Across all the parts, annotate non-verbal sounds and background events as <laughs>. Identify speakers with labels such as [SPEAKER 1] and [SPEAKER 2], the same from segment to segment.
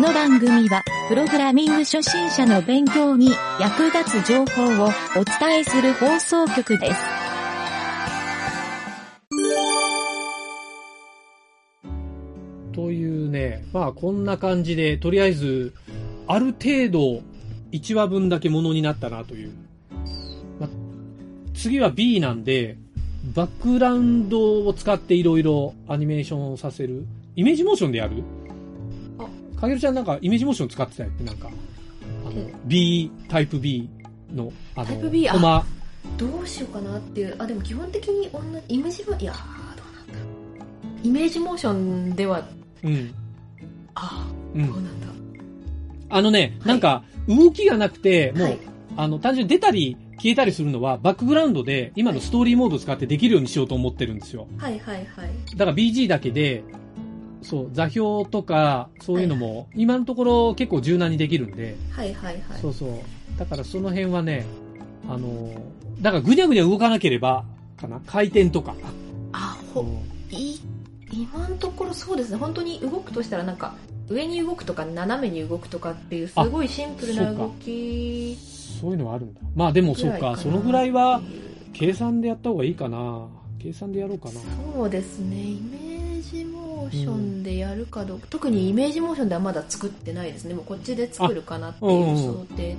[SPEAKER 1] の番組は、プログラミング初心者の勉強に役立つ情報をお伝えする放送局です。
[SPEAKER 2] というね、まあこんな感じで、とりあえず、ある程度、1話分だけものになったなという。まあ次は B なんで、バックグラウンドを使っていろいろアニメーションをさせる。イメージモーションでやるあ、かげるちゃんなんかイメージモーション使ってたよね、なんか。あの
[SPEAKER 3] え、
[SPEAKER 2] B、タイプ B の、あの、
[SPEAKER 3] タイプ B あ
[SPEAKER 2] コマ、
[SPEAKER 3] どうしようかなっていうあでも基本的に同じイメージモいやーどうなんだろうイメージモーションでは
[SPEAKER 2] うん、
[SPEAKER 3] あ
[SPEAKER 2] う。
[SPEAKER 3] あどうんなんだ、
[SPEAKER 2] あのね、
[SPEAKER 3] はい
[SPEAKER 2] なんか、動きがなくて、もう、
[SPEAKER 3] はい
[SPEAKER 2] あの、単純に出たり消えたりするのは、バックグラウンドで、今のストーリーモードを使ってできるようにしようと思ってるんですよ。
[SPEAKER 3] はいはいはい
[SPEAKER 2] だから BG だけで、そう、座標とか、そういうのも、今のところ結構柔軟にできるんで、
[SPEAKER 3] はいはいはい
[SPEAKER 2] そうそう。だからその辺はね、あのー、だからぐにゃぐにゃ動かなければ、かな回転とか。
[SPEAKER 3] あ
[SPEAKER 2] う
[SPEAKER 3] ほ
[SPEAKER 2] ん
[SPEAKER 3] い今のところそうですね本当に動くとしたらなんか上に動くとか斜めに動くとかっていうすごいシンプル
[SPEAKER 2] そ
[SPEAKER 3] な
[SPEAKER 2] うか
[SPEAKER 3] 動き
[SPEAKER 2] そういうのはあるんだ。まあでも
[SPEAKER 3] ぐ
[SPEAKER 2] そう
[SPEAKER 3] らいか
[SPEAKER 2] か、
[SPEAKER 3] な
[SPEAKER 2] そのぐらいは
[SPEAKER 3] っていう
[SPEAKER 2] 計算でやった方がいいかな。計算でやろうかな。
[SPEAKER 3] そうですねイメージモーションでやるかどうか、特にイメージモーションではまだ作ってないですねもうこっちで作るかなって
[SPEAKER 2] あうんう
[SPEAKER 3] い
[SPEAKER 2] ん
[SPEAKER 3] う想定で、
[SPEAKER 2] う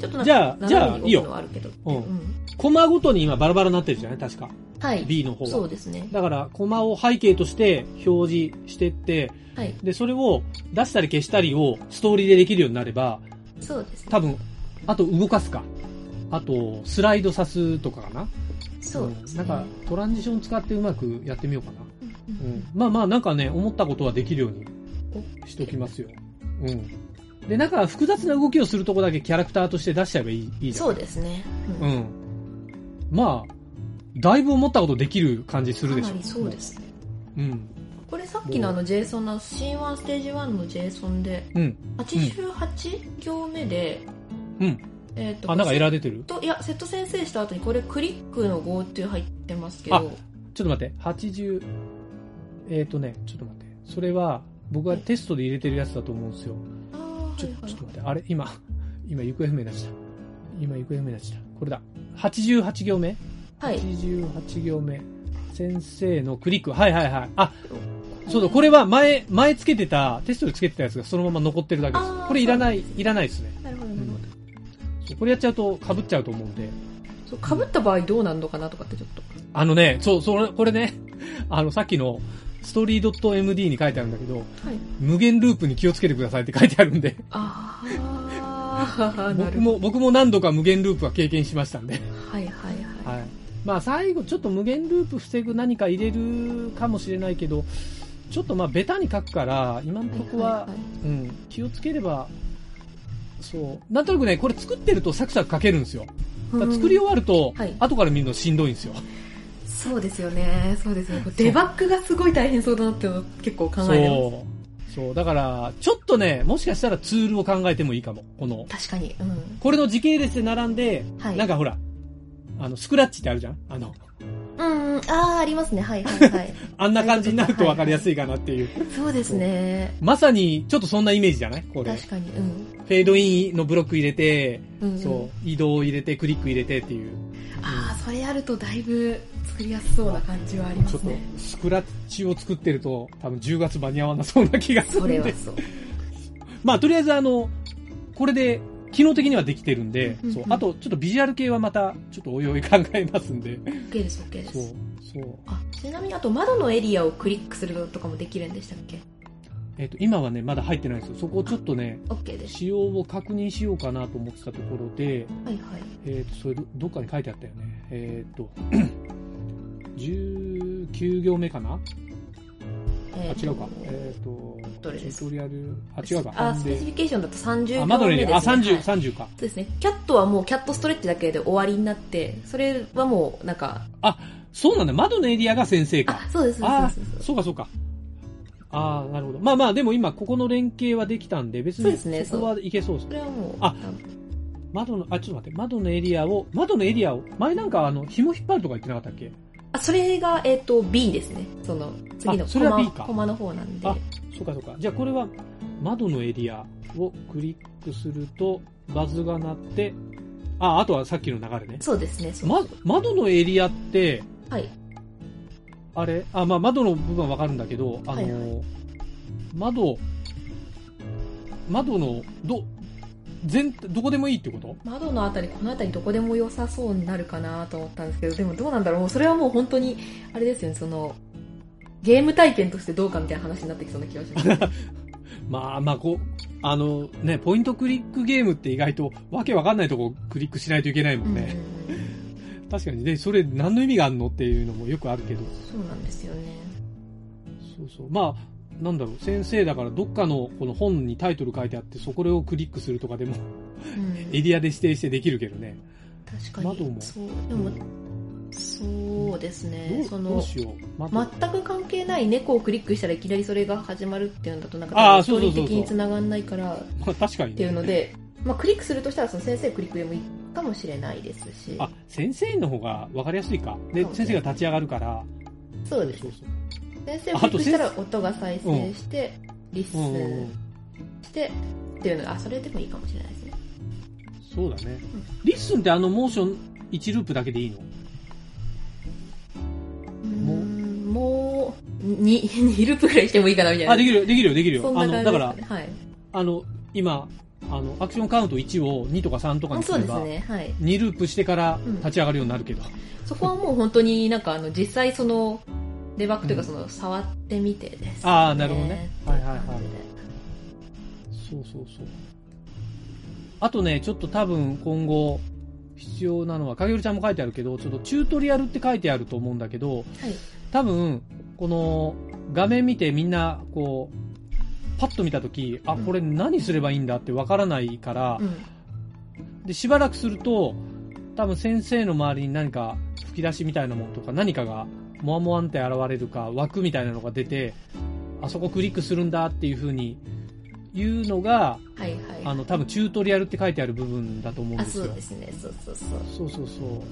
[SPEAKER 3] ちょっとなん
[SPEAKER 2] じゃ
[SPEAKER 3] か
[SPEAKER 2] あ
[SPEAKER 3] 斜めに
[SPEAKER 2] じゃ
[SPEAKER 3] 動
[SPEAKER 2] あ
[SPEAKER 3] くのはあるけど
[SPEAKER 2] うん
[SPEAKER 3] うん
[SPEAKER 2] コマごとに今バラバラになってるじゃない確か。
[SPEAKER 3] はい、
[SPEAKER 2] B の方
[SPEAKER 3] そ
[SPEAKER 2] は
[SPEAKER 3] う。ですね
[SPEAKER 2] だから、コマを背景として表示してって、
[SPEAKER 3] はい
[SPEAKER 2] で、それを出したり消したりをストーリーでできるようになれば、
[SPEAKER 3] そうですね
[SPEAKER 2] 多分、あと動かすか。あと、スライドさすとかかな。
[SPEAKER 3] そうですね
[SPEAKER 2] んなんか、トランジション使ってうまくやってみようかな。
[SPEAKER 3] うんう
[SPEAKER 2] う
[SPEAKER 3] ん
[SPEAKER 2] ん。まあまあ、なんかね、思ったことはできるようにしときますよ。うん。で、なんか、複雑な動きをするとこだけキャラクターとして出しちゃえばいい、いいじゃん。
[SPEAKER 3] そうですね、うん
[SPEAKER 2] うん。まあ、だいぶ思ったことできる感じするでしょ。
[SPEAKER 3] かなりそうですね
[SPEAKER 2] うん。
[SPEAKER 3] これさっきのあの JSON の C1 ステージ1の JSON で
[SPEAKER 2] うん。
[SPEAKER 3] 88行目で、
[SPEAKER 2] うん
[SPEAKER 3] えっ、と
[SPEAKER 2] あ、なんかエラー出てる
[SPEAKER 3] といやセット先生した後にこれクリックの Go って入ってますけど
[SPEAKER 2] あちょっと待って、80、えっ、ー、とね、ちょっと待って。それは、僕がテストで入れてるやつだと思うんですよ。
[SPEAKER 3] あ
[SPEAKER 2] ちょ
[SPEAKER 3] ーはいは
[SPEAKER 2] ちょっと
[SPEAKER 3] い
[SPEAKER 2] 待って、あれ今、今行方不明になっちゃった。今行方不明になっちゃった。これだ。88行目
[SPEAKER 3] はい、
[SPEAKER 2] 88行目。先生のクリック。はいはいはい。あ、そうだ、これは前、前つけてた、テストでつけてたやつがそのまま残ってるだけです
[SPEAKER 3] あ。ー
[SPEAKER 2] これいらない、いらないですね。
[SPEAKER 3] なるほどなるほど
[SPEAKER 2] そうこれやっちゃうと被っちゃうと思うんで。
[SPEAKER 3] そうかぶった場合どうなんのかなとかってちょっと
[SPEAKER 2] あのね、そう、それ、これね、 <laughs> あの、さっきの、ストーリー .md に書いてあるんだけど、
[SPEAKER 3] はい
[SPEAKER 2] 無限ループに気をつけてくださいって書いてあるんで、
[SPEAKER 3] あ
[SPEAKER 2] <laughs>
[SPEAKER 3] あな
[SPEAKER 2] 僕
[SPEAKER 3] るほ
[SPEAKER 2] も、僕も何度か無限ループは経験しましたんで。
[SPEAKER 3] どはいはいはい、
[SPEAKER 2] はい。まあ、最後、ちょっと無限ループ防ぐ何か入れるかもしれないけど、ちょっとまあ、ベタに書くから、今のとこは、
[SPEAKER 3] いい
[SPEAKER 2] うん、気をつければ、そう。なんとなくね、これ作ってるとサクサク書けるんですよ。だか
[SPEAKER 3] い
[SPEAKER 2] ら作り
[SPEAKER 3] うん
[SPEAKER 2] 終わると、
[SPEAKER 3] はい
[SPEAKER 2] 後から見るのしんどいんですよ。
[SPEAKER 3] そうですよねそうですよねこうデバッグがすごい大変そうだなっていうのを結構考えてます
[SPEAKER 2] そう。そう。だから、ちょっとね、もしかしたらツールを考えてもいいかも。この、
[SPEAKER 3] 確かにうん
[SPEAKER 2] これの時系列で並んで、
[SPEAKER 3] はい
[SPEAKER 2] なんかほら、あの、スクラッチってあるじゃんあの、
[SPEAKER 3] うんああありますねはいはいはい
[SPEAKER 2] あんな感じになると分かりやすいかなっていう。
[SPEAKER 3] <laughs> そうですね
[SPEAKER 2] まさに、ちょっとそんなイメージじゃないこれ。フ
[SPEAKER 3] 確かにうん
[SPEAKER 2] ェードインのブロック入れて、
[SPEAKER 3] うん
[SPEAKER 2] そう、移動を入れて、クリック入れてっていう。
[SPEAKER 3] ああそれやるとだいぶ作りやすそうな感じはありま
[SPEAKER 2] ち
[SPEAKER 3] す
[SPEAKER 2] ょっと
[SPEAKER 3] ね、
[SPEAKER 2] スクラッチを作ってると、多分10月間に合わなそうな気がする
[SPEAKER 3] そ
[SPEAKER 2] ん
[SPEAKER 3] れは
[SPEAKER 2] で。
[SPEAKER 3] そう
[SPEAKER 2] まあ、とりあえずあの、これで、機能的にはできてるんで、
[SPEAKER 3] うんうん
[SPEAKER 2] そう、あと、ちょっとビジュアル系はまた、ちょっとおいおい考えますんで。
[SPEAKER 3] OK です OK です
[SPEAKER 2] そう、そう。
[SPEAKER 3] あちなみにあと窓のエリアをクリックするとかもできるんでしたっけ
[SPEAKER 2] えっ、と、今はね、まだ入ってないんですよ。そこをちょっとね、
[SPEAKER 3] OK です
[SPEAKER 2] 仕様を確認しようかなと思ってたところで、
[SPEAKER 3] はいはい
[SPEAKER 2] えっ、と、それど、どっかに書いてあったよね。えっ、と、19行目かなあ、
[SPEAKER 3] えー
[SPEAKER 2] 違うか。えっ、と、
[SPEAKER 3] どれです
[SPEAKER 2] チュートリアル、あ、違うか。
[SPEAKER 3] あス
[SPEAKER 2] ほん
[SPEAKER 3] ペ
[SPEAKER 2] で
[SPEAKER 3] シフィケーションだと30
[SPEAKER 2] あ、
[SPEAKER 3] 秒
[SPEAKER 2] 窓
[SPEAKER 3] 目
[SPEAKER 2] の
[SPEAKER 3] で
[SPEAKER 2] ね、
[SPEAKER 3] す、ね、
[SPEAKER 2] あ、30、
[SPEAKER 3] はいそう
[SPEAKER 2] 30か。
[SPEAKER 3] ですねキャットはもうキャットストレッチだけで終わりになってそれはもうなんか
[SPEAKER 2] そうなんだ、窓のエリアが先生か。
[SPEAKER 3] あそうですそう
[SPEAKER 2] あ
[SPEAKER 3] ですそうです
[SPEAKER 2] そうかそうか。ああ、なるほど。まあまあ、でも今、ここの連携はできたんで、
[SPEAKER 3] そ
[SPEAKER 2] 別
[SPEAKER 3] う
[SPEAKER 2] に
[SPEAKER 3] ですね
[SPEAKER 2] そこはいけそうです
[SPEAKER 3] そ。れはもう
[SPEAKER 2] あ窓の、あ、ちょっと待って、窓のエリアを、窓のエリアを、前なんかあの、紐引っ張るとか言ってなかったっけ
[SPEAKER 3] あそれが、えっ、と、B ですね。その、次の
[SPEAKER 2] あ
[SPEAKER 3] コ
[SPEAKER 2] それは
[SPEAKER 3] マ
[SPEAKER 2] B か
[SPEAKER 3] コマの方なんで。
[SPEAKER 2] あそうかそうか。じゃあこれは、窓のエリアをクリックすると、バズが鳴って、あ、あとはさっきの流れね。
[SPEAKER 3] そうですね。そう
[SPEAKER 2] ま、窓のエリアって、
[SPEAKER 3] はい。
[SPEAKER 2] あれあ、まあ、窓の部分はわかるんだけど、あの、
[SPEAKER 3] はいは
[SPEAKER 2] 窓、窓の、ど、全、どこでもいいってこと
[SPEAKER 3] 窓のあたり、このあたりどこでも良さそうになるかなと思ったんですけど、でもどうなんだろう。もうそれはもう本当に、あれですよね、その、ゲーム体験としてどうかみたいな話になってきそうな気がし
[SPEAKER 2] <laughs>
[SPEAKER 3] ます。
[SPEAKER 2] まあまあ、こう、あのね、ポイントクリックゲームって意外とわけわかんないとこクリックしないといけないもん
[SPEAKER 3] う
[SPEAKER 2] ね。
[SPEAKER 3] んうんうん
[SPEAKER 2] 確かにね、それ何の意味があるのっていうのもよくあるけど。
[SPEAKER 3] そうなんですよね。
[SPEAKER 2] そうそう。まあ、なんだろう、先生だからどっかのこの本にタイトル書いてあって、そこをクリックするとかでも、 <laughs>
[SPEAKER 3] うん
[SPEAKER 2] エリアで指定してできるけどね。
[SPEAKER 3] 確かに。
[SPEAKER 2] 窓も
[SPEAKER 3] そう。でも、そうです
[SPEAKER 2] ど
[SPEAKER 3] ね。そう
[SPEAKER 2] どう
[SPEAKER 3] の、
[SPEAKER 2] しよう。また
[SPEAKER 3] 全く関係ない猫をクリックしたらいきなりそれが始まるっていうのだと、なん
[SPEAKER 2] あ
[SPEAKER 3] か、
[SPEAKER 2] ー
[SPEAKER 3] ストーリー
[SPEAKER 2] そうそうそう
[SPEAKER 3] 的
[SPEAKER 2] そう
[SPEAKER 3] に繋がんないからっ
[SPEAKER 2] まあ、確かに、ね。
[SPEAKER 3] ていうので、まあ、クリックするとしたら、その先生クリックでもいいかもしれないですし。
[SPEAKER 2] あ、先生の方が分かりやすいか。で
[SPEAKER 3] そう、ね
[SPEAKER 2] 先生が立ち上がるから。
[SPEAKER 3] そうです
[SPEAKER 2] そうそう。
[SPEAKER 3] 先生をクリックしたら音が再生して、リス
[SPEAKER 2] うんうんう
[SPEAKER 3] ン
[SPEAKER 2] ん。
[SPEAKER 3] して、っていうのあそれでもいいかもしれないですね
[SPEAKER 2] そうだね。リッスンってあのモーション1ループだけでいいの
[SPEAKER 3] う
[SPEAKER 2] もう
[SPEAKER 3] ーんもうに2ループぐらいしてもいいかなみたいな
[SPEAKER 2] あ、できるよ、できるよ、できるよ。
[SPEAKER 3] そんな
[SPEAKER 2] あ
[SPEAKER 3] 感じ
[SPEAKER 2] の、
[SPEAKER 3] です
[SPEAKER 2] だ
[SPEAKER 3] か
[SPEAKER 2] か
[SPEAKER 3] ね
[SPEAKER 2] ら、
[SPEAKER 3] はい
[SPEAKER 2] あの、今、あの、アクションカウント1を2とか3とか
[SPEAKER 3] あ
[SPEAKER 2] にす
[SPEAKER 3] そう
[SPEAKER 2] れ
[SPEAKER 3] です
[SPEAKER 2] ば、
[SPEAKER 3] ねはい
[SPEAKER 2] 2ループしてから立ち上がるようになるけど。
[SPEAKER 3] そこはもう本当になんかあの実際そのデバッグというか
[SPEAKER 2] うん
[SPEAKER 3] その触ってみてです、ね
[SPEAKER 2] あーなるほどねはいはいはい
[SPEAKER 3] ってう感
[SPEAKER 2] そうそうそう。あとね、ちょっと多分今後必要なのは、影るちゃんも書いてあるけど、ちょっとチュートリアルって書いてあると思うんだけど、
[SPEAKER 3] じではい
[SPEAKER 2] 多分、この画面見てみんな、こう、パッと見たとき、あ、
[SPEAKER 3] うん
[SPEAKER 2] これ何すればいいんだってわからないから、
[SPEAKER 3] うん
[SPEAKER 2] で、しばらくすると、多分先生の周りに何か吹き出しみたいなものとか何かがモワモワンって現れるか枠みたいなのが出て、あそこクリックするんだっていう風に言うのが、
[SPEAKER 3] はいはい
[SPEAKER 2] あの、多分チュートリアルって書いてある部分だと思うん
[SPEAKER 3] あ
[SPEAKER 2] です
[SPEAKER 3] そう
[SPEAKER 2] よ
[SPEAKER 3] で。すねそうそうそう
[SPEAKER 2] そうそうそう。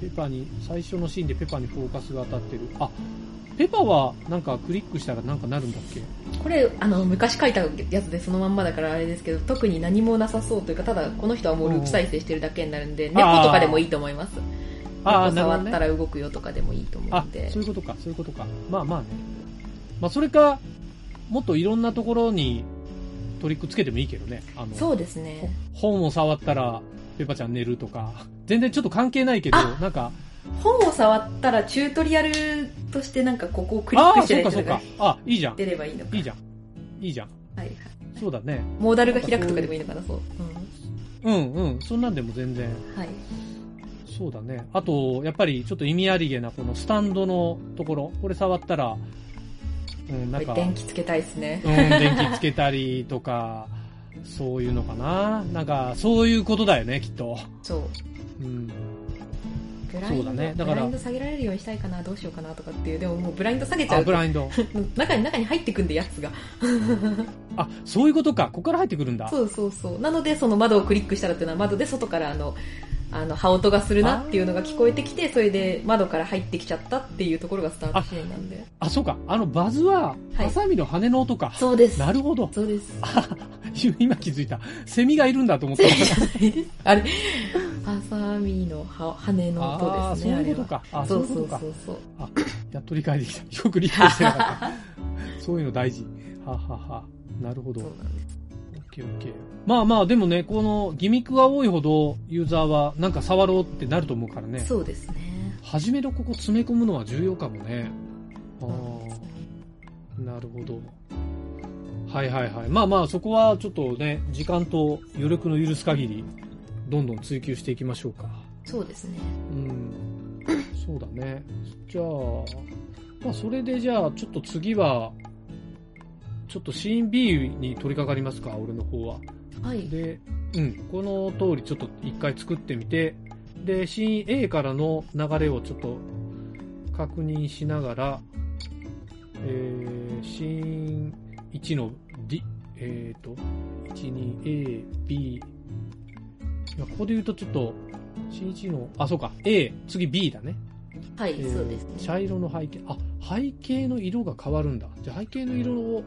[SPEAKER 2] ペパに、最初のシーンでペパにフォーカスが当たってる。あ、ペパはなんかクリックしたらなんかなるんだっけ
[SPEAKER 3] これあの昔書いたやつでそのまんまだからあれですけど特に何もなさそうというかただこの人はもうループ再生してるだけになるんで
[SPEAKER 2] ん
[SPEAKER 3] 猫とかでもいいと思います
[SPEAKER 2] ああ、
[SPEAKER 3] 猫
[SPEAKER 2] なるほ
[SPEAKER 3] 触
[SPEAKER 2] ど
[SPEAKER 3] った
[SPEAKER 2] ね。
[SPEAKER 3] ら動くよとかでもいいと思う
[SPEAKER 2] あ
[SPEAKER 3] んで、
[SPEAKER 2] そういうことか、そういうことか。まあまあね。まあそれか、もっといろんなところにトリックつけてもいいけどね。あの、
[SPEAKER 3] そうですね
[SPEAKER 2] 本を触ったらペパちゃん寝るとか、全然ちょっと関係ないけど、
[SPEAKER 3] あ
[SPEAKER 2] なんか、
[SPEAKER 3] 本を触ったらチュートリアルとしてなんかここをクリッ
[SPEAKER 2] ああ
[SPEAKER 3] ク
[SPEAKER 2] ー、
[SPEAKER 3] し
[SPEAKER 2] そ
[SPEAKER 3] て
[SPEAKER 2] うか
[SPEAKER 3] る
[SPEAKER 2] そうか。あ、いいじゃん。
[SPEAKER 3] 出ればいいのか
[SPEAKER 2] いいじゃん。いいじゃん。
[SPEAKER 3] はいはい、
[SPEAKER 2] そうだね。
[SPEAKER 3] モーダルが開くとかでもいいのかなそう、
[SPEAKER 2] うんうん。そんなんでも全然。
[SPEAKER 3] うん、はい
[SPEAKER 2] そうだね。あと、やっぱりちょっと意味ありげなこのスタンドのところ、これ触ったら、うん、なん
[SPEAKER 3] こ
[SPEAKER 2] か、
[SPEAKER 3] れ電気つけたいですね
[SPEAKER 2] うん、電気つけたりとか、そういうのかな。なんか、そういうことだよね、きっと。
[SPEAKER 3] そう
[SPEAKER 2] うん。
[SPEAKER 3] ブラインド
[SPEAKER 2] そうだねだから
[SPEAKER 3] ブラインド下げられるようにしたいかなどうしようかなとかっていうでももうブラインド下げちゃ
[SPEAKER 2] あ、
[SPEAKER 3] う
[SPEAKER 2] ブ
[SPEAKER 3] と
[SPEAKER 2] ラインド。
[SPEAKER 3] 中に中に入ってくんでやつが
[SPEAKER 2] あ、そういうことか。ここから入ってくるんだ。
[SPEAKER 3] そうそうそう。なので、その窓をクリックしたらっていうのは、窓で外からあの、あの、羽音がするなっていうのが聞こえてきて、それで窓から入ってきちゃったっていうところがスタートシーンなんで。
[SPEAKER 2] あ、そうか。あのバズは、
[SPEAKER 3] はい
[SPEAKER 2] ハサミの羽の音か。
[SPEAKER 3] そうです。
[SPEAKER 2] なるほど。 <laughs>
[SPEAKER 3] そうです。
[SPEAKER 2] あ今気づいた。セミがいるんだと思っ
[SPEAKER 3] <laughs>
[SPEAKER 2] た。
[SPEAKER 3] あれ、ハサミの羽羽の
[SPEAKER 2] あ
[SPEAKER 3] 音
[SPEAKER 2] あ、
[SPEAKER 3] です
[SPEAKER 2] そう
[SPEAKER 3] ね、あ
[SPEAKER 2] い
[SPEAKER 3] れ
[SPEAKER 2] うこと
[SPEAKER 3] は。
[SPEAKER 2] か。あ、そ
[SPEAKER 3] そう
[SPEAKER 2] いううこ
[SPEAKER 3] そ
[SPEAKER 2] と
[SPEAKER 3] うそ
[SPEAKER 2] か。
[SPEAKER 3] うそう。
[SPEAKER 2] やっと理解できた。よく理解してなか
[SPEAKER 3] <laughs>
[SPEAKER 2] った。そういうの大事。ははは。なるほど。
[SPEAKER 3] そうなんです。
[SPEAKER 2] オッケーオッケー。まあまあ、でもね、このギミックが多いほどユーザーはなんか触ろうってなると思うからね。
[SPEAKER 3] そうですね。
[SPEAKER 2] 初めのここ詰め込むのは重要かもね。あ
[SPEAKER 3] そうですね
[SPEAKER 2] あ、なるほど。はいはいはい。まあまあ、そこはちょっとね、時間と余力の許す限り、どんどん追求していきましょうか。
[SPEAKER 3] そうですね。
[SPEAKER 2] うん、そうだね。じゃあ、まあ、それでじゃあ、ちょっと次は、ちょっとシーン B に取り掛かりますか、俺の方は。
[SPEAKER 3] はい。
[SPEAKER 2] で、うん、この通りちょっと一回作ってみて、で、シーン A からの流れをちょっと確認しながら、えー、シーン1の D、えっ、ー、と、1、2、A、B、まあここで言うとちょっと、シーン1の、あ、そうか、A、次 B だね。
[SPEAKER 3] はい、
[SPEAKER 2] えー
[SPEAKER 3] そうですね。
[SPEAKER 2] 茶色の背景、あ、背景の色が変わるんだ。じゃあ背景の色を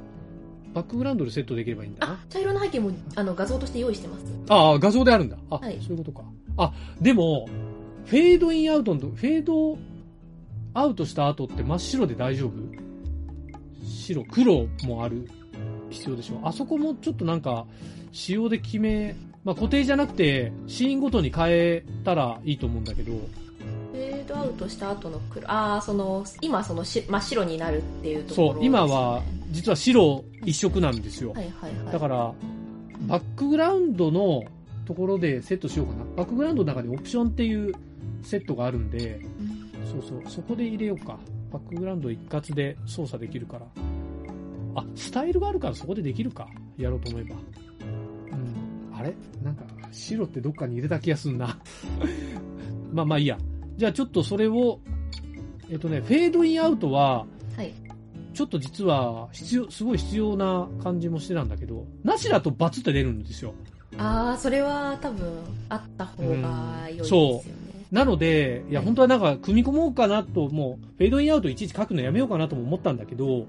[SPEAKER 2] バックグラウンドでセットできればいいんだな
[SPEAKER 3] あ、茶色の背景もあの画像として用意してます。
[SPEAKER 2] ああ、画像であるんだ。あ、
[SPEAKER 3] はい
[SPEAKER 2] そういうことか。あ、でも、フェードインアウトのと、フェードアウトした後って真っ白で大丈夫白、黒もある、必要でしょあそこもちょっとなんか、仕様で決め、まあ固定じゃなくて、シーンごとに変えたらいいと思うんだけど、
[SPEAKER 3] フェードアウトした後の黒、ああ、その、今そのし真っ白になるっていうところ
[SPEAKER 2] そう、今は
[SPEAKER 3] ですね、
[SPEAKER 2] 実は白一色なんですよ。
[SPEAKER 3] はいはいはい。
[SPEAKER 2] だから、バックグラウンドのところでセットしようかな。バックグラウンドの中にオプションっていうセットがあるんで、
[SPEAKER 3] うん
[SPEAKER 2] そうそう、そこで入れようか。バックグラウンド一括で操作できるから。あ、スタイルがあるからそこでできるか。やろうと思えば。うん。あれなんか、白ってどっかに入れた気がすんな。 <laughs> まあまあいいや。じゃあちょっとそれを、えっとね、フェードインアウトは、
[SPEAKER 3] はい。
[SPEAKER 2] ちょっと実は必要、すごい必要な感じもしてたんだけど、なしだとバツって出るんですよ。
[SPEAKER 3] ああ、それは多分、あった方が良いです
[SPEAKER 2] うん
[SPEAKER 3] よね
[SPEAKER 2] そ。なので、いや、
[SPEAKER 3] はい
[SPEAKER 2] 本当はなんか、組み込もうかなと、もう、フェードインアウトいちいち書くのやめようかなとも思ったんだけど、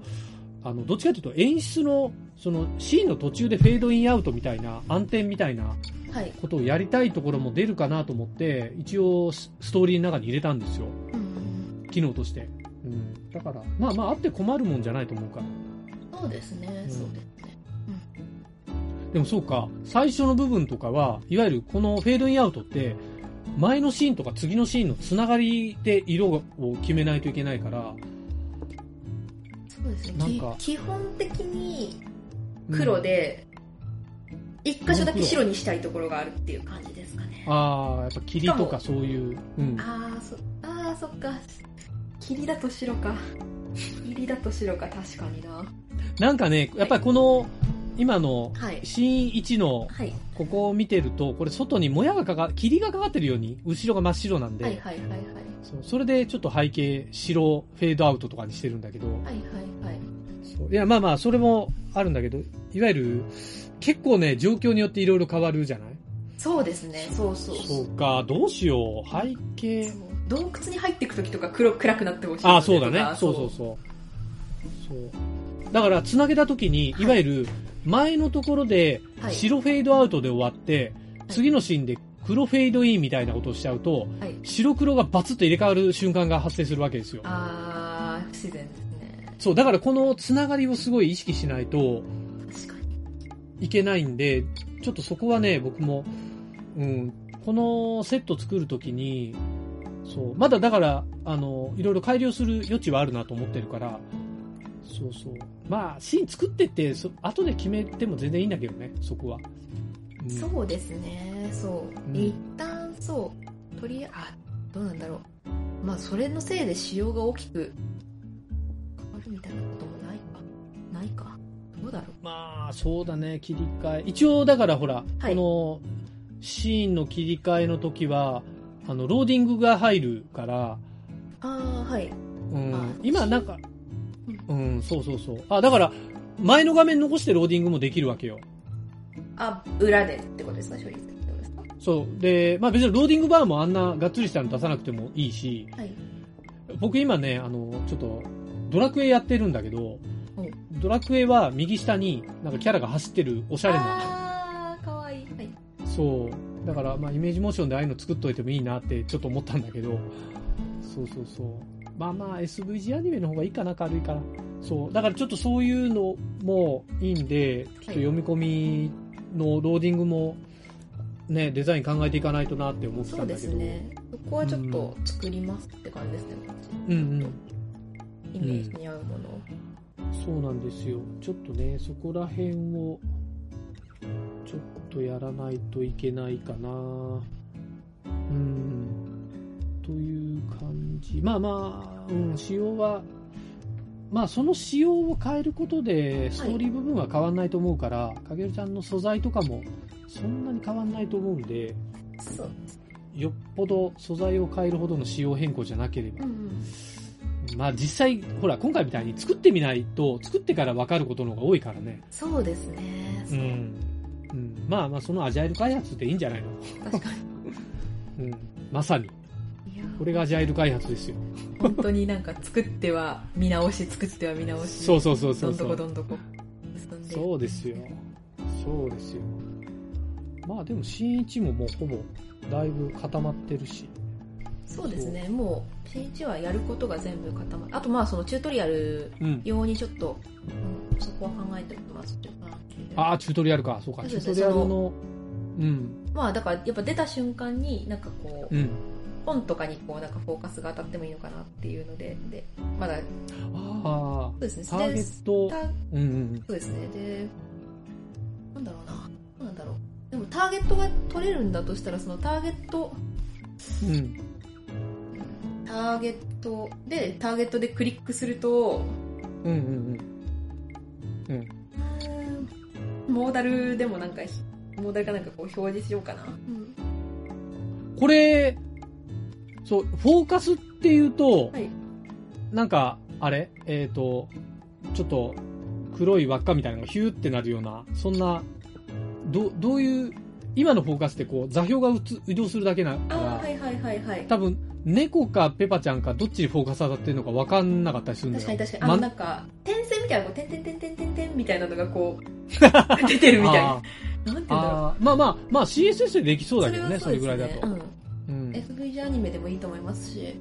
[SPEAKER 2] あの、どっちかというと演出の、その、シーンの途中でフェードインアウトみたいな、暗転みたいな
[SPEAKER 3] はい。
[SPEAKER 2] ことをやりたいところも出るかなと思って、一応、スストーリーの中に入れたんですよ。
[SPEAKER 3] うん
[SPEAKER 2] 機能として。うん。だから、まあまあ、あって困るもんじゃないと思うから。
[SPEAKER 3] そうですね、
[SPEAKER 2] ん
[SPEAKER 3] そうですね。
[SPEAKER 2] でもそうか、最初の部分とかは、いわゆるこのフェードインアウトって、前のシーンとか次のシーンのつながりで色を決めないといけないから、
[SPEAKER 3] そうですね。
[SPEAKER 2] なん
[SPEAKER 3] き
[SPEAKER 2] か
[SPEAKER 3] 基本的に黒で、一箇所だけ白にしたいところがあるっていう感じですかね。
[SPEAKER 2] ああ、やっぱ霧とかそういう。うん。
[SPEAKER 3] ああ、そ、ああ、そっか。霧だと白か。霧だと白か、確かにな。
[SPEAKER 2] なんかね、やっぱりこの、今の、
[SPEAKER 3] はい。
[SPEAKER 2] シーン1の、
[SPEAKER 3] はい。
[SPEAKER 2] ここを見てると、これ外にもやがかか、霧がかかってるように、後ろが真っ白なんで、
[SPEAKER 3] はいはいはいはい。
[SPEAKER 2] そうそれでちょっと背景、白、フェードアウトとかにしてるんだけど、
[SPEAKER 3] はいはいはい。
[SPEAKER 2] そういや、まあまあ、それもあるんだけど、いわゆる、結構ね、状況によっていろいろ変わるじゃない
[SPEAKER 3] そうですね、そうそうそう。
[SPEAKER 2] そうか、どうしよう、背景
[SPEAKER 3] そ。う洞窟に入っていく時とか黒暗くなってほしい
[SPEAKER 2] ああ、そうだね
[SPEAKER 3] と。か
[SPEAKER 2] そうそうそう。そう。だから、つなげたときに、いわゆる、前のところで、
[SPEAKER 3] はい
[SPEAKER 2] 白フェードアウトで終わって、次のシーンで黒フェードインみたいなことをしちゃうと、
[SPEAKER 3] はい
[SPEAKER 2] 白黒がバツッと入れ替わる瞬間が発生するわけですよ。
[SPEAKER 3] ああ不自然で
[SPEAKER 2] そう、だからこのつながりをすごい意識しないと
[SPEAKER 3] すね確かに
[SPEAKER 2] いけないんで、ちょっとそこはね、僕も、うん、このセット作るときに、そう、まだだから、あの、いろいろ改良する余地はあるなと思ってるから、そうそう。まあ、シーン作ってって、そ後で決めても全然いいんだけどね、そこは。うん
[SPEAKER 3] そうですねそう、
[SPEAKER 2] うん
[SPEAKER 3] 一旦そうとりあえあどうなんだろうまあそれのせいで仕様が大きく変わるみたいなこともないかないかどうだろ
[SPEAKER 2] まあそうだね切り替え一応だからほら、
[SPEAKER 3] はい
[SPEAKER 2] このシーンの切り替えの時はあのローディングが入るから、
[SPEAKER 3] うああはい
[SPEAKER 2] うん
[SPEAKER 3] あ
[SPEAKER 2] 今なんかうんそうそうそうあだから前の画面残してローディングもできるわけよ
[SPEAKER 3] あ裏でってことですか処理ってことですか
[SPEAKER 2] そうでまあ別にローディングバーもあんながっつりしたの出さなくてもいいし
[SPEAKER 3] はい
[SPEAKER 2] 僕今ねあのちょっとドラクエやってるんだけど
[SPEAKER 3] お
[SPEAKER 2] ドラクエは右下になんかキャラが走ってるおしゃれな
[SPEAKER 3] ああかわいいはい
[SPEAKER 2] そう。だから、まあ、イメージモーションでああいうの作っといてもいいなってちょっと思ったんだけど、そうそうそう。まあまあ、SVG アニメの方がいいかな、軽いから。そう。だからちょっとそういうのもいいんで、ちょっと読み込みのローディングも、ね、デザイン考えていかないとなって思って
[SPEAKER 3] そ
[SPEAKER 2] た
[SPEAKER 3] うん
[SPEAKER 2] だ
[SPEAKER 3] で
[SPEAKER 2] け
[SPEAKER 3] す
[SPEAKER 2] ど。
[SPEAKER 3] ねそこはちょっと作りますって感じですね、
[SPEAKER 2] うんうん。
[SPEAKER 3] イメージに合うものを、
[SPEAKER 2] そうなんですよ。ちょっとね、そこら辺を、ちょっとやらないといけないかな。うん。という感じ。まあまあ、うん、仕様は、まあその仕様を変えることで、ストーリー部分は変わんないと思うから、かげるちゃんの素材とかも、そんなに変わんないと思うんで、
[SPEAKER 3] そう
[SPEAKER 2] よっぽど素材を変えるほどの仕様変更じゃなければ
[SPEAKER 3] うん、うん
[SPEAKER 2] まあ実際、ほら、今回みたいに作ってみないと、作ってから分かることの方が多いからね。
[SPEAKER 3] そうですね、
[SPEAKER 2] うん。うんまあまあ、そのアジャイル開発でいいんじゃないの
[SPEAKER 3] 確かに
[SPEAKER 2] うん。まさに。
[SPEAKER 3] いや
[SPEAKER 2] これがアジャイル開発ですよ。
[SPEAKER 3] 本当になんか作っては見直し作っては見直し
[SPEAKER 2] そうそうそう
[SPEAKER 3] ど
[SPEAKER 2] そうん
[SPEAKER 3] ど
[SPEAKER 2] そ
[SPEAKER 3] こ
[SPEAKER 2] う。
[SPEAKER 3] どんどこそんなんで。
[SPEAKER 2] そうですよ。そうですよ。まあでも、新一ももうほぼ、だいぶ固まってるし。
[SPEAKER 3] そうですね、もう、新一はやることが全部固まる。あと、まあ、そのチュートリアル
[SPEAKER 2] うん。
[SPEAKER 3] 用にちょっと、うんそこは考えてますけど。
[SPEAKER 2] ああ、チュートリアルか。そうか、チ
[SPEAKER 3] そう
[SPEAKER 2] ュー
[SPEAKER 3] そ
[SPEAKER 2] ト
[SPEAKER 3] う
[SPEAKER 2] リアルの、うん、
[SPEAKER 3] まあ、だから、やっぱ出た瞬間に、なんかこう、
[SPEAKER 2] うん。
[SPEAKER 3] 本とかにこう、なんかフォーカスが当たってもいいのかなっていうので、で、まだ、そ
[SPEAKER 2] あ
[SPEAKER 3] うですね、
[SPEAKER 2] あ、ターゲ
[SPEAKER 3] で
[SPEAKER 2] ット
[SPEAKER 3] タ、ー
[SPEAKER 2] うんうん。
[SPEAKER 3] そうですね、で、なんだろうな、どうなんだろう。でも、ターゲットが取れるんだとしたら、そのターゲット、
[SPEAKER 2] うん。
[SPEAKER 3] ターゲットで、ターゲットでクリックすると、
[SPEAKER 2] うんうんうん。うん。
[SPEAKER 3] モーダルでもなんか、モーダルかなんかこう表示しようかな。
[SPEAKER 2] これ、そう、フォーカスっていうと、
[SPEAKER 3] はい
[SPEAKER 2] なんか、あれえっ、と、ちょっと、黒い輪っかみたいなのがヒューってなるような、そんな、ど、どういう、今のフォーカスってこう、座標がうつ移動するだけだか
[SPEAKER 3] あ
[SPEAKER 2] ら、
[SPEAKER 3] あ、はいはいはいはい。
[SPEAKER 2] 多分、猫かペパちゃんかどっちにフォーカス当たってるのか分かんなかったりするんだよ。
[SPEAKER 3] 確かに確かに。あ
[SPEAKER 2] ま
[SPEAKER 3] の、なんか、点線みたいな、こう、点点点点点点みたいなのがこ
[SPEAKER 2] <laughs>
[SPEAKER 3] う、出てるみたい
[SPEAKER 2] あ
[SPEAKER 3] な
[SPEAKER 2] ー。
[SPEAKER 3] なんて言うんだろう。
[SPEAKER 2] あーまあまあ、まあ CSS でできそうだけどね、そ
[SPEAKER 3] は
[SPEAKER 2] れぐらいだ
[SPEAKER 3] う
[SPEAKER 2] と。
[SPEAKER 3] ん。
[SPEAKER 2] うん。
[SPEAKER 3] FVG アニメでもいいと思いますし、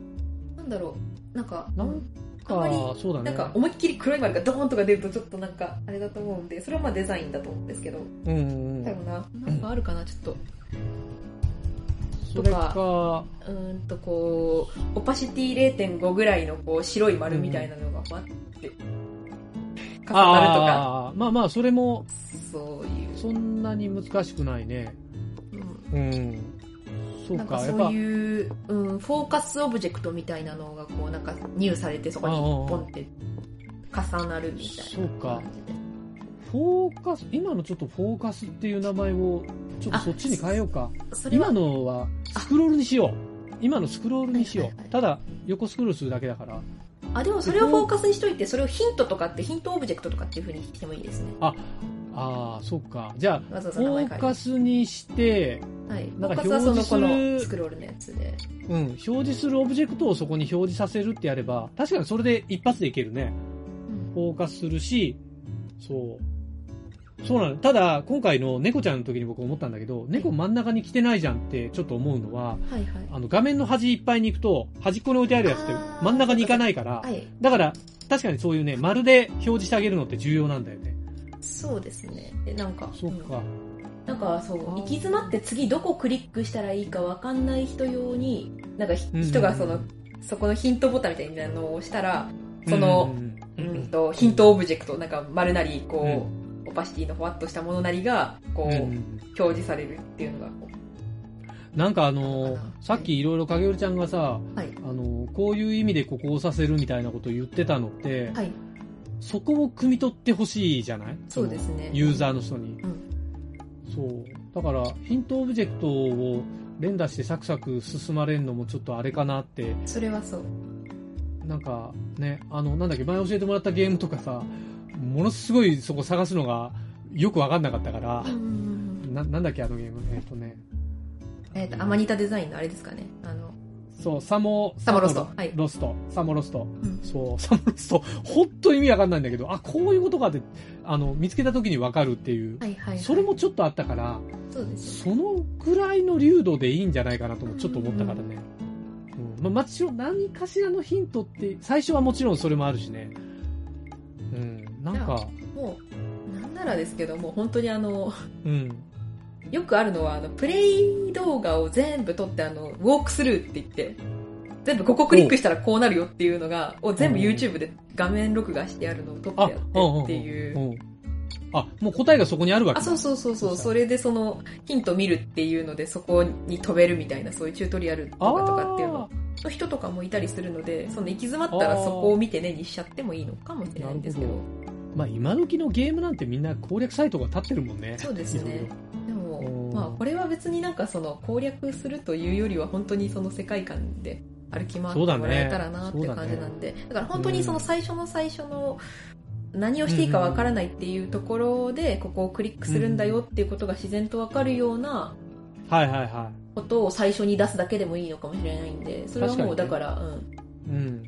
[SPEAKER 3] なんだろう、なんか、
[SPEAKER 2] なん
[SPEAKER 3] あんまり
[SPEAKER 2] か、そうだね。
[SPEAKER 3] なんか思いっきり黒い丸がドーンとか出るとちょっとなんかあれだと思うんで、それはまあデザインだと思うんですけど、
[SPEAKER 2] うんうんう
[SPEAKER 3] だ
[SPEAKER 2] ん
[SPEAKER 3] よ。な、なんかあるかな、ちょっと。
[SPEAKER 2] それか、
[SPEAKER 3] うーんとこうオパシティ0.5ぐらいのこう白い丸みたいなのがバッて重なるとか
[SPEAKER 2] あーまあまあ、それも、
[SPEAKER 3] そういう、
[SPEAKER 2] そんなに難しくないね。
[SPEAKER 3] うん
[SPEAKER 2] うん。そう
[SPEAKER 3] なん
[SPEAKER 2] か、
[SPEAKER 3] か
[SPEAKER 2] やっ
[SPEAKER 3] そ
[SPEAKER 2] ぱ
[SPEAKER 3] う、いう、うん、フォーカスオブジェクトみたいなのがこうなんか入されてそこにポンって重なるみたい
[SPEAKER 2] そう
[SPEAKER 3] な
[SPEAKER 2] か
[SPEAKER 3] 感、じで
[SPEAKER 2] フォーカス、今のちょっとフォーカスっていう名前を、ちょっとそっちに変えようか。
[SPEAKER 3] それは
[SPEAKER 2] 今のは、スクロールにしよう。今のスクロールにしよ。
[SPEAKER 3] はいはいうはい
[SPEAKER 2] ただ、横スクロールするだけだから。
[SPEAKER 3] あでもそれをフォーカスにしといてそれをヒントとかってヒントオブジェクトとかっていうふうにしてもいいですね
[SPEAKER 2] ああ、そうか。じゃ
[SPEAKER 3] わざ
[SPEAKER 2] あ、
[SPEAKER 3] わざ
[SPEAKER 2] フ
[SPEAKER 3] 名前
[SPEAKER 2] ォ
[SPEAKER 3] 変
[SPEAKER 2] ー
[SPEAKER 3] える
[SPEAKER 2] カスにして、
[SPEAKER 3] はい、フ
[SPEAKER 2] な
[SPEAKER 3] ォ
[SPEAKER 2] ん
[SPEAKER 3] ー
[SPEAKER 2] か
[SPEAKER 3] カスはその
[SPEAKER 2] 表示す
[SPEAKER 3] こ
[SPEAKER 2] る
[SPEAKER 3] のスクロールのやつで
[SPEAKER 2] うん、表示するオブジェクトをそこに表示させるってやれば、確かにそれで一発でいけるね。
[SPEAKER 3] うん
[SPEAKER 2] フォーカスするし、そう。そうなの。ただ、今回の猫ちゃんの時に僕思ったんだけど、猫真ん中に来てないじゃんってちょっと思うのは、
[SPEAKER 3] はいはい
[SPEAKER 2] あの、画面の端いっぱいに行くと、端っこに置いてあるやつって
[SPEAKER 3] あー
[SPEAKER 2] 真ん中に行かないから、
[SPEAKER 3] はい
[SPEAKER 2] だから、確かにそういうね、丸で表示してあげるのって重要なんだよね。
[SPEAKER 3] そうですねえなんか
[SPEAKER 2] そうんか。
[SPEAKER 3] なんかそう行き詰まって次どこクリックしたらいいかわかんない人用になんかひ
[SPEAKER 2] うんうんうん
[SPEAKER 3] 人がそのそこのヒントボタンみたいなのを押したらその、
[SPEAKER 2] う
[SPEAKER 3] うんん
[SPEAKER 2] うんうん、
[SPEAKER 3] とヒントオブジェクトなんか丸なりこう、オパシティのふわっとしたものなりがこう、
[SPEAKER 2] うんうん
[SPEAKER 3] 表示されるっていうのがこ
[SPEAKER 2] なんかあの
[SPEAKER 3] なのかな
[SPEAKER 2] さっきいろいろ影織ちゃんがさ、
[SPEAKER 3] うはい
[SPEAKER 2] あのこういう意味でここを押させるみたいなことを言ってたのって、
[SPEAKER 3] はい
[SPEAKER 2] そこを汲み取ってほしいじゃない
[SPEAKER 3] そうですね
[SPEAKER 2] そのユーザーの人に、
[SPEAKER 3] うん
[SPEAKER 2] そうだからヒントオブジェクトを連打してサクサク進まれるのもちょっとあれかなって
[SPEAKER 3] それはそう
[SPEAKER 2] なんかねあのなんだっけ前教えてもらったゲームとかさものすごいそこ探すのがよく分かんなかったからななんだっけあのゲームえっ、とね
[SPEAKER 3] えっ、とアマニタデザインのあれですかねあの
[SPEAKER 2] そうサモ
[SPEAKER 3] サモロストはい
[SPEAKER 2] ロストサモロスト
[SPEAKER 3] うん
[SPEAKER 2] そう、サムロスト、本当に意味わかんないんだけど、あ、こういうことかって、あの、見つけた時にわかるっていう、
[SPEAKER 3] はいはいはい
[SPEAKER 2] それもちょっとあったから、
[SPEAKER 3] そうですよ
[SPEAKER 2] そのぐらいの流度でいいんじゃないかなともちょっと思ったからね。うん、まあ、もちろん何かしらのヒントって、最初はもちろんそれもあるしね。うん、なんか、
[SPEAKER 3] もうなんならですけどもう本当にあの
[SPEAKER 2] うん。
[SPEAKER 3] よくあるのはあのプレイ動画を全部撮ってあのウォークスルーって言って全部ここクリックしたらこうなるよっていうのがを全部
[SPEAKER 2] うん
[SPEAKER 3] YouTube で画面録画してあるのを撮って
[SPEAKER 2] あ、
[SPEAKER 3] や
[SPEAKER 2] う
[SPEAKER 3] っ
[SPEAKER 2] ん
[SPEAKER 3] て
[SPEAKER 2] うん
[SPEAKER 3] ってい
[SPEAKER 2] うん
[SPEAKER 3] う。
[SPEAKER 2] うんあ、もう答えがそこにあるわけ
[SPEAKER 3] あ、そうそうそうそう、それでそのヒント見るっていうのでそこに飛べるみたいなそういうチュートリアル動画とかっていうの
[SPEAKER 2] あ
[SPEAKER 3] の人とかもいたりするので、その行き詰まったらそこを見てねにしちゃってもいいのかもしれないんですけど
[SPEAKER 2] なる。ーまあ今時のゲームなんてみんな攻略サイトが立ってるもんね。
[SPEAKER 3] そうです
[SPEAKER 2] いろい
[SPEAKER 3] ね
[SPEAKER 2] ろ。
[SPEAKER 3] で
[SPEAKER 2] う
[SPEAKER 3] も
[SPEAKER 2] ん、
[SPEAKER 3] まあ、これは別になんかその攻略するというよりは本当にその世界観で歩き回って
[SPEAKER 2] そう
[SPEAKER 3] も
[SPEAKER 2] だね
[SPEAKER 3] らえたらなっていう感じなんで、だから本当にその最初の最初の何をしていいかわからないっていうところでここをクリックするんだよっていうことが自然とわかるような
[SPEAKER 2] はいはいはい。
[SPEAKER 3] ことを最初に出すだけでもいいのかもしれないんで、それはもうだから、うん、
[SPEAKER 2] うん。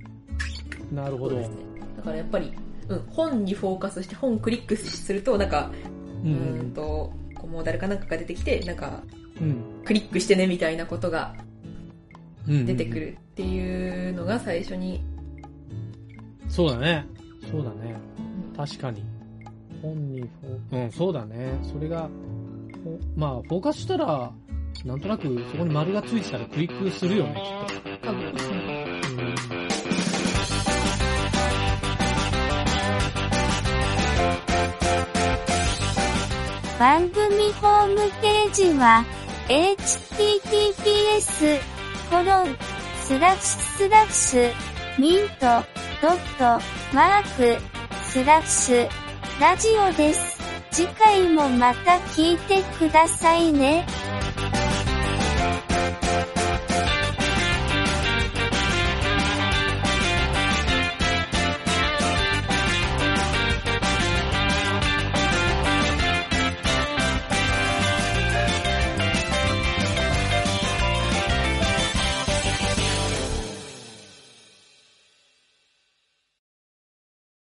[SPEAKER 2] なる
[SPEAKER 3] そ
[SPEAKER 2] ほ
[SPEAKER 3] う
[SPEAKER 2] ど。
[SPEAKER 3] ですね。だからやっぱりうん、本にフォーカスして本クリックするとなんか
[SPEAKER 2] う
[SPEAKER 3] うんーんとこうモーダルかなんかが出てきてなんか
[SPEAKER 2] うん
[SPEAKER 3] クリックしてねみたいなことが
[SPEAKER 2] うん
[SPEAKER 3] 出てくるっていうのが最初に、
[SPEAKER 2] そうだねそうだね
[SPEAKER 3] うん
[SPEAKER 2] 確かに本にフォーうんそうだねそれがほまあフォーカスしたらなんとなくそこに丸がついてたらクリックするよねきっと
[SPEAKER 3] 多分
[SPEAKER 4] 番組ホームページは https コロンスラッシュスラッシュミントドットマークスラッシュラジオです。次回もまた聞いてくださいね。